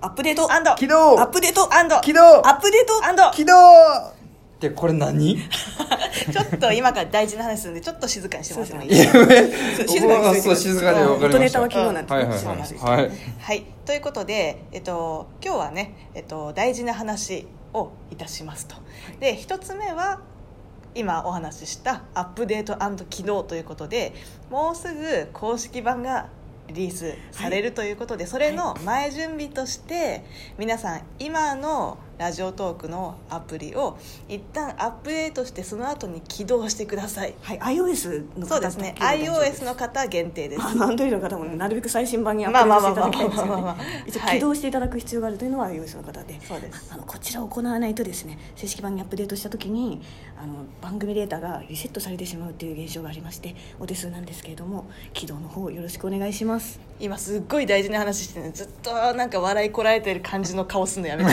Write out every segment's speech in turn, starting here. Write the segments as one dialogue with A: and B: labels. A: アップデート
B: アンド
A: ア
B: 起動
A: ップデートア
B: 起動起
A: ップデート
B: 動起動ってこれ何
A: ちょっと今から大事な話するんでちょっと静かにしてもらってもいい
B: いや
A: そう
B: 僕はそう静かで分かりました
C: 元ネタは昨日なんて
B: はいはい
A: そうなんです
B: はいはい
A: はい、ということで、えっと、今日はね、えっと、大事な話をいたしますと。で一つ目は今お話ししたアップデート起動ということでもうすぐ公式版がリリースされるということで、それの前準備として皆さん今のラジオトークのアプリを一旦アップデートしてその後に起動してください
C: はい、iOS の方
A: そうですね
C: だけで大丈夫です
A: iOS の方限定です
C: まあ、Android の方もねなるべく最新版にア
A: まあまあまあ
C: ッ
A: まあ
C: プデートしていただきた
A: ま
C: いんです
A: あまあ
C: よ
A: まあ
C: ね一応
A: はい
C: 起動していただく必要があるというのは iOS の方で
A: そうです
C: あのこちらを行わないとですね正式版にアップデートした時にあの番組データがリセットされてしまうという現象がありましてお手数なんですけれども起動の方よろしくお願いします
A: 今すっごい大事な話してねずっとなんか笑いこらえてる感じの顔すんのやめて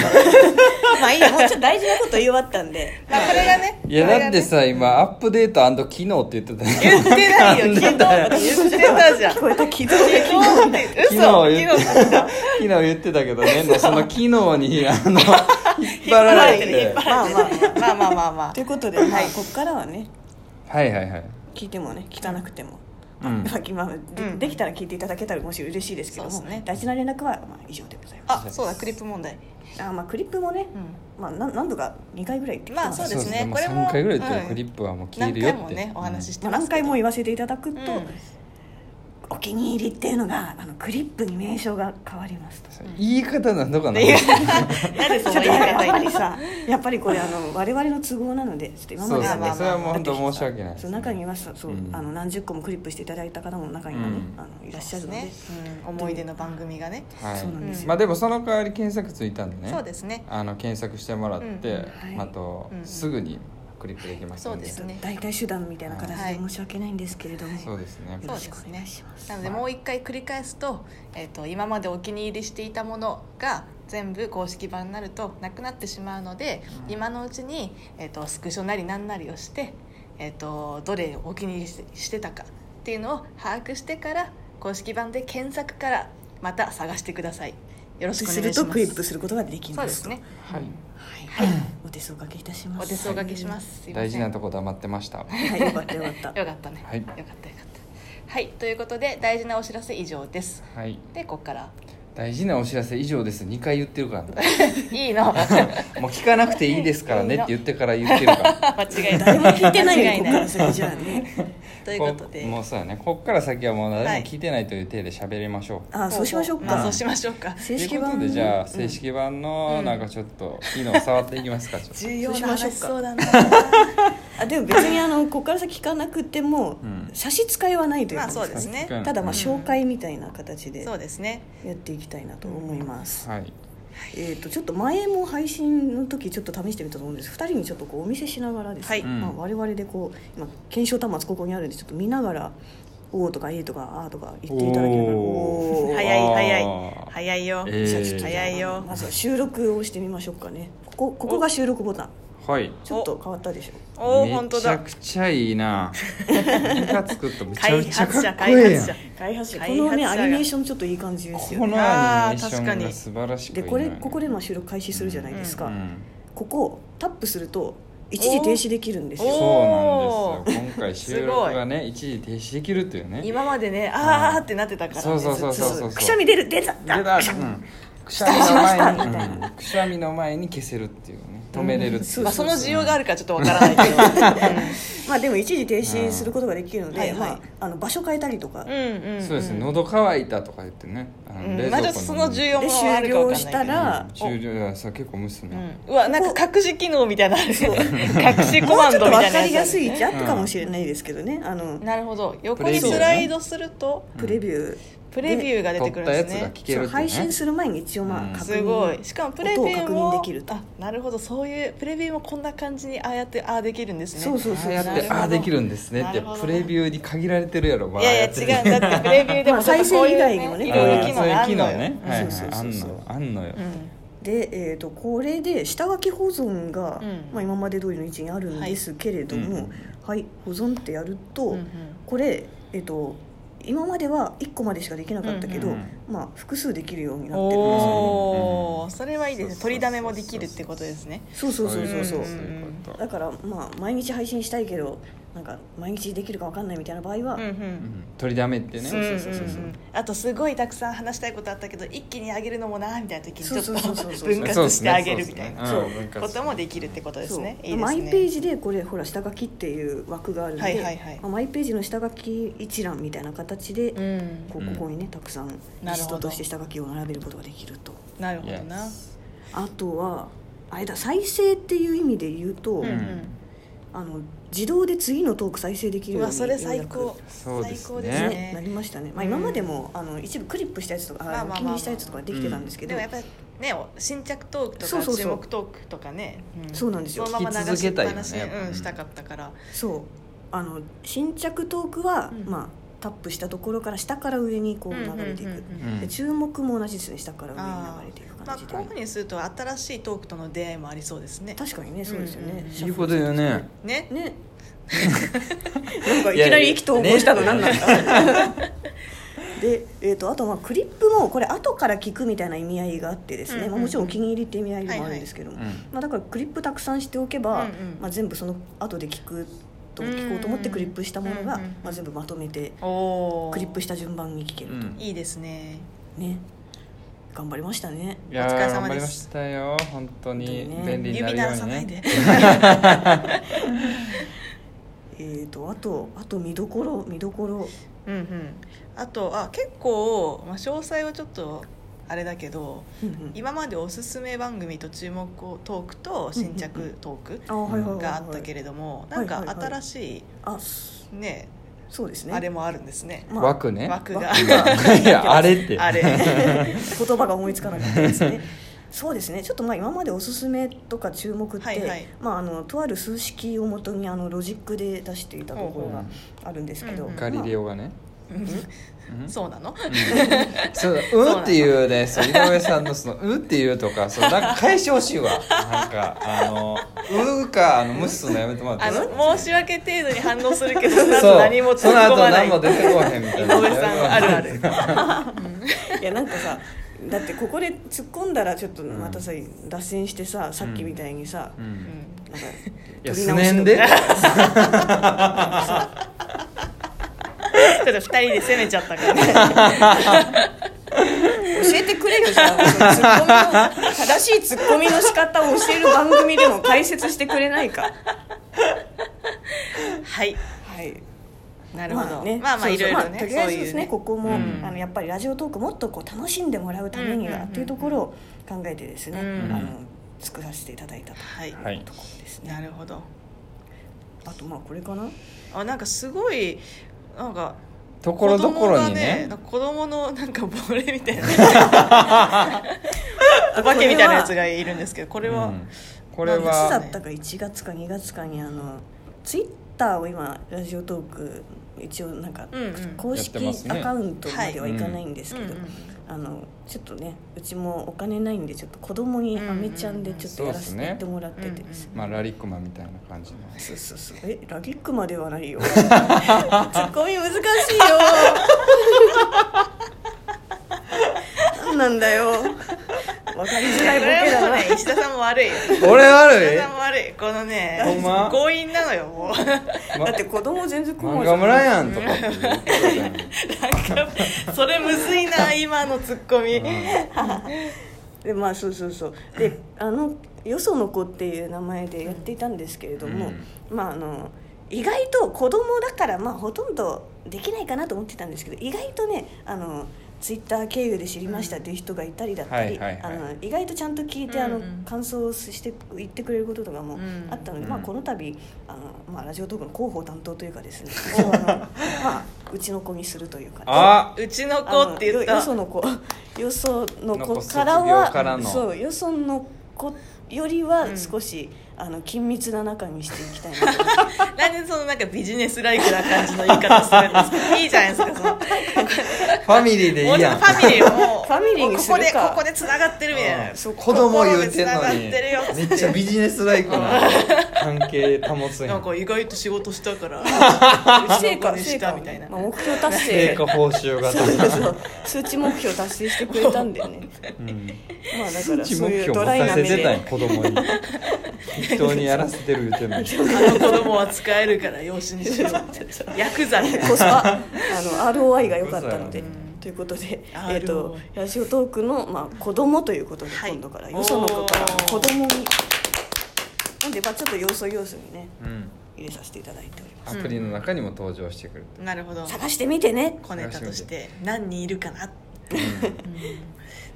C: まあいいやもうちょっと大事なこと言い終わったん で
A: まあこれがね
B: いや
A: これがね
B: だってさ今アップデート機能って言ってた
A: 言ってないよ
B: な
A: 昨日
B: んだよ
A: 言ってたじゃん
C: 聞こえた起動
A: 昨日 って嘘
B: 昨日言っ
A: 昨日
B: て昨日言ってたけどねその機能にあの引っ張られ
A: 引
B: て
A: っ張られてるまあまあまあまあ
C: ということで、まあ、ここからはね
B: はいはいはい
C: 聞いてもね聞かなくても、
B: うん
C: まあ今で
A: うん
C: できたら聞いていただけたらもし嬉しいですけど
A: そ
C: も、
A: うですね
C: 大事な連絡はまあ以上でございま
A: あそうだクリップ問題
C: すあまあクリップもね、
A: う
C: まあ、な何度か2回ぐらい言ってきて
A: まあ
C: ます
A: そうですね
B: も
A: これも
B: 3回ぐらい言って
A: うん
B: るクリップはもう消え
A: 何
B: るよ
A: 回
B: って
A: もねお話しして
C: まあ
A: ます
C: 何
A: けど
C: 回も 言わせていただくと、
A: うん
C: お気に入りっていうのがあのクリップに名称が変わりますと。
B: うん言い方なのかな
A: 言いなんで
C: ちょ
A: そ
C: っ
A: んな言
C: と
A: い
C: やっ
A: 方
C: ぱ
A: に
C: りさやっぱりこれあの我々の都合なのでちょっと今ま
B: そう
C: で
B: です
A: まあまあま
B: ね
A: あ
B: それはもう本当申し訳ないです
C: そう中にはさそう、
B: うん
C: あの何十個もクリップしていただいた方も中にはね、
B: うん
C: あのいらっしゃるので
A: ねうん思い出の番組がね
B: はい
C: そうなんですよ
B: まあでもその代わり検索ついたんでね
A: そうですね
B: あの検索してもらって、
C: うんはい
B: あと、
A: うん
B: すぐにクリックできますん
A: そうですね
C: 代替手段みたいな形
A: はい
C: で申し訳ないんですけれども、
B: そうですね
A: そうですね
C: よろしくお願いします
A: なのでもう一回繰り返すと,、えー、と今までお気に入りしていたものが全部公式版になるとなくなってしまうので、今のうちに、えー、とスクショなりなんなりをして、えー、とどれをお気に入りししてたかっていうのを把握してから公式版で検索からまた探してくださいよろしくお
C: す
A: 願
C: る
A: いし
C: と
A: ます
C: クリップすることができ
A: そう
C: ま
A: ですすね
B: はい
C: はい、お手数おかけいたします
A: お手数おかけしますすすいません
B: 大事なとこ黙ってました
C: はい、よかったよかった
A: よかったね、
B: はい
A: よかったよかったはいということで大事なお知らせ以上です
B: はい
A: でここから
B: 大事なお知らせ以上です2回言ってるからね
A: いい の
B: もう聞かなくていいですからねって言ってから言ってるから
A: 間違いない
C: 誰も聞いてないよ
A: 間違いな
C: ここから
A: い
C: 先じゃあ ね
A: ということで
B: こもうそうやねこっから先はもう誰も聞いてないという体で喋りましょう、
C: あそうしましょうか、
A: まあそうしましょうか
C: 正
B: とい
C: 式
B: うこと
C: 版
B: でじゃあ
C: うん
B: 正式版の
A: うん
B: なんかちょっと機能触っていきますかちょっと
A: 重要な
C: そう
A: 話
C: しましょ
A: そう
C: う
A: だな
C: あでも別にあの ここから先聞かなくても、
B: うん
C: 差し支えはないという
A: ま
C: か、
A: あそうですね
B: うん
C: ただまあ
A: うん
C: 紹介みたいな形で
A: そう
C: や
A: ですね
C: っていきたいなと思います、
B: はい
C: えー、とちょっと前も配信の時ちょっと試してみたと思うんです2人にちょっとこうお見せしながらですね、
A: はい
B: うん
C: まあ、我々でこう今検証端末ここにあるんでちょっと見ながら「おお」とか「ええ」とか「ああ」とか言っていただけれ
B: お
C: ばお
B: ー
C: ー
A: 早い早い
B: あー
A: 早いよ、
B: えー
C: じゃあちょっと
A: 早いよ
C: まずは収録をしてみましょうかねここここが収録ボタン
B: はい
C: ちょっと変わったでしょ
A: おお本当
B: め
A: だ
B: ちゃくちゃいいな 何か作っためちゃ
A: 開
B: くちゃ
A: 発
B: か
A: 者
B: っこえ
A: 開
B: えや
A: 発者
B: ん
C: 開発者こ
A: 開発者が
C: のねアニメーションちょっといい感じですよ
B: こ
C: ね
B: のアニメーションが素晴らしくいい
C: で
B: のよ
C: これここでまあ収録開始するじゃないですか、
B: うん
C: ここをタップすると一時停止できるんですよ
B: そうなん
A: おー
B: ですよ今回収録がね一時停止できるというね
A: 今までねあーってなってたからね
B: そうそうそう
A: ず
B: そうそう
C: くしゃみ出る出た
B: でだ、うん、くしゃみの前に、うんくしゃみの前に消せるっていうね止めれるってい
A: っと
B: う、
A: まあその需要があるかちょっとわからないけど
C: まあでも一時停止することができるので、
A: はいはい
C: まあ、あの場所変えたりとか、
A: うんうんうん
B: そうですね喉乾いたとか言ってねあの
A: うんまあちょっとその需要
C: で
A: もあるかわかんない
C: 終了したら
B: うん終了ださ結構蒸す
A: う
B: ね、
A: んうわなんか隠し機能みたいなのある ね隠しコ
C: も
A: マ
C: うち
A: ン
C: ょっ
A: ドみ
C: と
A: た
C: 分
A: いな
C: か
A: や
C: り
A: つあ
C: や
A: る
C: すいってあったかもしれないですけどねあの
A: なるほど横
B: プレ
A: に
B: ビューね
A: スライドすると
C: プレビュー
A: プレビューが出てく
B: 撮
A: る
B: っ
A: んで
B: たや
A: す
B: つ
A: ね
B: が聞けるってい
C: そう
B: うね
C: 配信する前に一応まあ確認、
A: すごいしかもプレビューも
C: 音を確認できると
A: あなるほどそういうプレビューもこんな感じにああやってああできるんですね
C: そうそう
B: あ
C: そ
B: あ
C: う
B: やっ
A: なるほ
B: て
A: ど
B: ああできるんですねって
A: なるほど
B: プレビューに限られてるやろ、まあ、
A: いやい
B: ってる
A: や違うんだってプレビューでも
C: まあ再生以外にもね
A: い
B: あ
A: ろいろ
B: ー
A: 機
B: そ
A: 能
B: うい
A: が
B: う
A: あ
B: 機
A: る
B: 能
A: のよ
B: ね、はいはい
C: そう
B: あ
C: そうそ
B: ん
C: うそう
B: のあんのよ、
C: で、えー、とこれで下書き保存が、
A: うん
C: まあ、今まで通りの位置にあるんですけれども、
B: は
C: はいい保存ってやると、
A: うんうん
C: これ、えー、と今までは1個までしかできなかったけど、
B: うんうん
C: まあ、複数できるように
A: う
C: なんってるんですよね。
B: ー
A: いいですね取りだめもできるってことですね
C: そうそうそうそうそう
A: うんうん
C: だからまあ毎日配信したいけどなんか毎日できるかわかんないみたいな場合は、
A: うんうん
B: 取りだめってね
A: うんうんうんあとすごいたくさん話したいことあったけど一気にあげるのもなみたいな時にちょっ
C: そうそうそう
A: と
C: そう
A: 分割してあげるみたいな
B: そう
A: こともできるってことですねいいですね
C: マイページでこれほら下書きっていう枠があるので、
A: はいはいはい
C: まあマイページの下書き一覧みたいな形で、
A: うん
C: こう
B: うん
C: ここにねたくさん
A: な
C: リ
A: る
C: ス
A: ほど
C: トとして下書きを並べることができると
A: なるほどな
C: あとはあれだ再生っていう意味で言うと、
A: うんうん
C: あの自動で次のトーク再生できる
A: う
C: よう
A: わ
C: に
A: それ最
C: ようや
A: 高
C: く
B: そうですね
A: 最高です
C: ね
A: ね
C: なりましたね、まあ、
A: うん
C: 今までも、あの一部クリップしたやつとか、
A: まあまあまあ
C: お気に入りしたやつとかできてたんですけ
A: で
C: ど、
A: もやっぱりね新着トークと
C: そう
A: か
C: そうそう
A: 注目トークとかねん
C: そうなんですよ
A: そのまま流しっぱなし
B: 聞き続けたいよねやっぱ
A: うんしたかったから
C: そうあの新着トークは、
A: うん
C: まあ、タップしたところから下から上にこう流れて
A: うんうんう
C: いく、
A: んうん
B: うん
C: で注目も同じですね下から
A: あ
C: 上に流れてい
A: ー
C: く
A: まあ
C: 感じで、
A: こういうふうにすると新しいトークとの出会いもありそうですね
C: 確かにねそうですよね、
A: うんうん
B: いいことよね
A: ね
C: ねなんかいきなり意気投合したの何なんだ、で、えー、とあとまあクリップもこれ後から聞くみたいな意味合いがあってですね、
A: うんうんうん
C: まあ、もちろんお気に入りって意味合いもあるんですけども、
B: はいはいうん
C: まあ、だからクリップたくさんしておけ
A: う
C: ば、
A: んうん
C: まあ、全部その後で聞くと聞こうと思ってクリップしたものが、
A: うんうんうん
C: まあ、全部まとめて
A: おお
C: クリップした順番に聞けると、
A: いいですね
C: ね頑張りましたね
B: いやー
A: お疲れ
B: 頑
A: 様
B: 張
A: で
B: りますしたよ本当に
C: 本当にね
B: 便利にな
A: 指
B: るよ
A: 鳴ら
B: う
A: さ
B: に
A: ない
B: ね
A: で
C: えー、とあとあと見どころ見どころ
A: うんうんあとあ結構、まあ、詳細はちょっとあれだけど
C: うんうん
A: 今までおすすめ番組と注目トークと新着トー
C: あはいはいはいは
A: ク
C: い
A: があったけれども
C: はいはい
A: なん
C: はい
A: か
C: はい
A: 新し
C: あそ
A: いね
C: そうですね
A: あれもあるんですね
C: まあ
B: 枠ね
A: 枠 が
C: 枠が
B: いやあれって
A: あれ
C: 言葉が思いつかなかったですねそうですねちょっとまあ今までおすすめとか注目って、
A: はいはい
C: まあ、あのとある数式をもとにあのロジックで出していたところ
B: ほう
C: が
B: ほ
C: あるんですけど、
A: うんうん
B: ガリレオがねうん
A: そうなの
B: そう
A: うな
B: う
A: の
B: んっていうねそう井上さんのそのうっていうとかそうなんか返してほしいわなんかあのうかあの無視するのやめてもらって
A: あ
B: いいですか
A: の申し訳程度に反応するけどその
B: そ
A: 後
B: う
A: 何も突
B: そ
A: っ
B: の
A: 込
B: 後
A: まない
B: 何
A: 井
B: も出てこへんみたいな
A: 上さんあるある
C: いやなんかさだってここで突っ込んだらちょっとまたさ、脱線してささっきみたいにさ、
B: う
A: うんん
C: なんか
B: いや
C: 取り
B: す
C: 直し
B: ね
C: の
B: んで
A: ちょっと2人で攻めちゃったからね
C: 教えてくれよじゃあそのツッコミの正しいツッコミの仕方を教える番組でも解説してくれないか
A: はい
C: はい
A: なるほど、まあ
C: ね
A: まあ
C: そう
A: い
C: そう
A: ろいろ
C: ま
A: ね
C: あとりあえず
A: そう
C: で
A: い
C: す
A: う
C: ね
A: ね
C: ここも、
B: うん
C: あのやっぱりラジオトークもっとこう楽しんでもらうために
A: うんうんうん
C: は
A: うん
C: っていうところを考えてですね、
A: うん
C: あの作らせていただいたと
A: はい、
B: はい
C: ところですね、
A: なるほど
C: あとまあこれかな
A: あなんかすごいなんか
B: ところどころにね
A: 子供がなんか子供のなんか亡霊みたいな お化けみたいなやつがいるんですけどこれは、
B: うんこれ
C: まあいつだ
B: は
C: ったか1月か2月かにあのツイッターを今ラジオトーク一応なんか
A: うんうん
C: 公式
B: やってます
C: ア
B: ね
C: カウントまではいかないんですけど、
A: うんうん
C: あのちょっとねうちもお金ないんでちょっと子供にアメちゃんでちょっとやらせてやってもらっててですね
B: まあラリックマンみたいな感じの
C: そうそうそうえラギックまで はないよツッコミ難しいよ何なんだよ分かりづらい
A: こ
C: ボ
A: れ
C: ケ
A: はも
C: だ
A: う
C: な
A: ね石田さんも悪いよ
B: 俺
A: 石
B: 悪い
A: 田さんも悪いこのね
B: ほんま
A: 強引なのよもう
B: ま
C: だって子供全然困
B: 漫
C: る
B: 画村やんとかって言ってたじゃん
A: なんかそれむずいな今のツッコミ、
C: でまあそうそうそうであのよその子っていう名前でやっていたんですけれども、まああの意外と子供だからまあほとんどできないかなと思ってたんですけど意外とねあのツイッター経由で知りましたっていう人がいたりだったり、
B: はいはいはい
C: あの意外とちゃんと聞いてあの、
A: うんうん
C: 感想をして言ってくれることとかも
A: うん
C: あったので、
B: うん
C: まあ、この度あの、まあ、ラジオトークの広報担当という かですね一応あの、まあ、うちの子にするというか
B: あ
A: うちの子って言っ
C: あのよ
A: た
C: よその子 よその
B: の子
C: 子から
B: 卒業
C: は
B: からの
C: そうよその子よりは少し、あの緊密な仲にしていきたいな と思って
A: なんでそのなんかビジネスライクな感じの言い方するんですかいいじゃないですかその
B: ファミリーでいいやん
A: ファミリーも
C: ファミリーにするか
A: ここでここでつながってるみたいな、
B: うん子供言うてん
A: 心で
B: のに
A: 繋がってる
B: め
A: よ
B: っちゃビジネスライクな 関係保つや
A: なん
B: ん
A: か意外と仕事したから
C: 成
A: 成
C: 果
A: 果
C: 成
A: した
C: 果
A: みたいな、
C: まあ、目標達
B: 成
C: 成
B: 果報酬が
C: そうそうそう数値目標達成してくれたんだよね
B: うん
C: まあだか
B: 数
C: ら
B: 値
C: そう
B: 目
C: い
B: 標持
C: うドライ
B: た
C: な
B: せ
C: 目
B: てたんや
C: で
B: 子供に適当にやらせてる言うて んのに
A: あの子供は使えるから養子にしようみ たいなヤクザみたいな
C: コスパあの ROI が良かったので
B: うん
C: ということで、
A: ROI
C: えー、とラジオトークの、まあ、子供ということで、
A: はい
C: 今度からよその子から
A: おー
C: 子供になんで、まあ、ちょっと要素要素にね
B: うん
C: 入れさせていただいておりま
B: アプリの中にも登場してくる
A: なるほど
C: す探してみてね
A: 小ネタとして何人いるかな、うん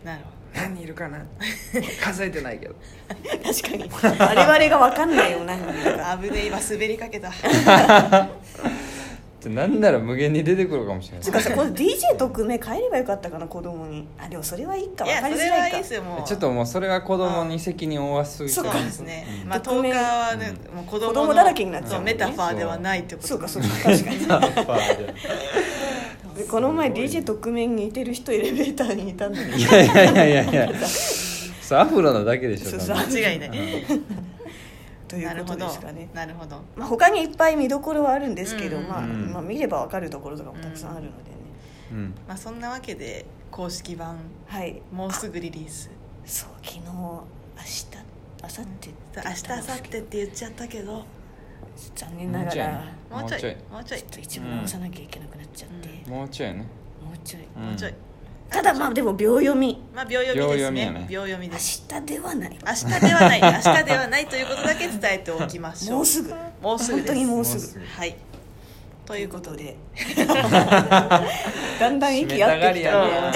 A: なるほど
B: 何人いるかな数えてないけど
C: 確かに我々が分かんないよな
A: 危ねえ今滑りかけた
B: じゃあなんなら無限に出てくるかもしれ
C: つう
B: な
C: か
B: い
C: さこの DJ 特命変えればよかったかな子供にあでもそれはいいか
A: い
C: 分
A: や
C: かり
A: そ
C: づ
A: れは
C: ら
A: い
C: い
A: い
C: か
A: ですよもう
B: ちょっともうそれは子供に責任を負わすぎて
A: そう
C: か
A: ですね、まあ、
C: 匿
A: 10
C: 名
A: 日はね、もう子供の
C: 子供だらけになっちゃう
A: そメタファーではないってこと
C: そうかそうか確か に
B: やっぱ
C: でこの前 DJ 特命に似てる人エレベーターにいた んだけど
B: いやいやいやいやいやそうアフロなだけでしょ
C: そう
B: 多
C: そう
B: 分
A: 間違いない
C: とい
A: な
C: う
A: る
C: こ
A: ほ
C: と
A: ど
C: ですかね
A: なるほど
C: まあ、他にいっぱい見どころはあるんですけど、
A: うん
C: まあ
B: うん
C: まあ、見ればわかるところとかもたくさんあるのでね、
B: うん
A: まあそんなわけで公式版
C: はい
A: もうすぐリリース
C: そう昨日明日明後日
A: 明日明後日って言っちゃったけど
C: 残念ながら
B: も
A: も
B: う
A: う
B: ち
A: ち
B: ょ
A: ょ
B: い
A: いもうちょい
C: ちょっと一部直さなきゃいけなくなっちゃって、
A: う
B: もうちょいね
C: もうちょい、
B: うん
A: もうちょい
C: ただまあでも秒読み
A: まあ秒読みです
B: 秒読みや
A: ね
B: ね
A: 秒読み
C: 明
A: です
C: 日ではない
A: 明日ではない明日ではないということだけ伝えておきましょう
C: もうすぐ
A: もうすぐです
C: 本当にもうすぐ
B: もうすぐ
A: はいと
C: と
A: い
C: いうう
A: こ
C: ことと
A: で
C: でだんだん息合って
B: 締めたが
C: きた
B: り
C: ね
B: やな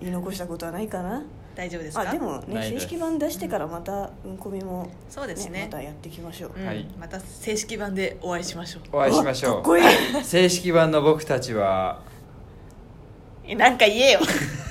C: 言い残したことはないかな
A: 大丈夫ですか
C: あでもね
B: ないで
C: 正
B: す
C: 式版出してからまたうんこみも、ね
A: そうですね
C: またやっていきましょう、
A: うん
B: はい
A: また正式版でお会いしましょ
B: お会いしま し
C: うわ
B: ょ
C: かっこいいう
B: 正式版の僕たちは
A: うなんか言えよ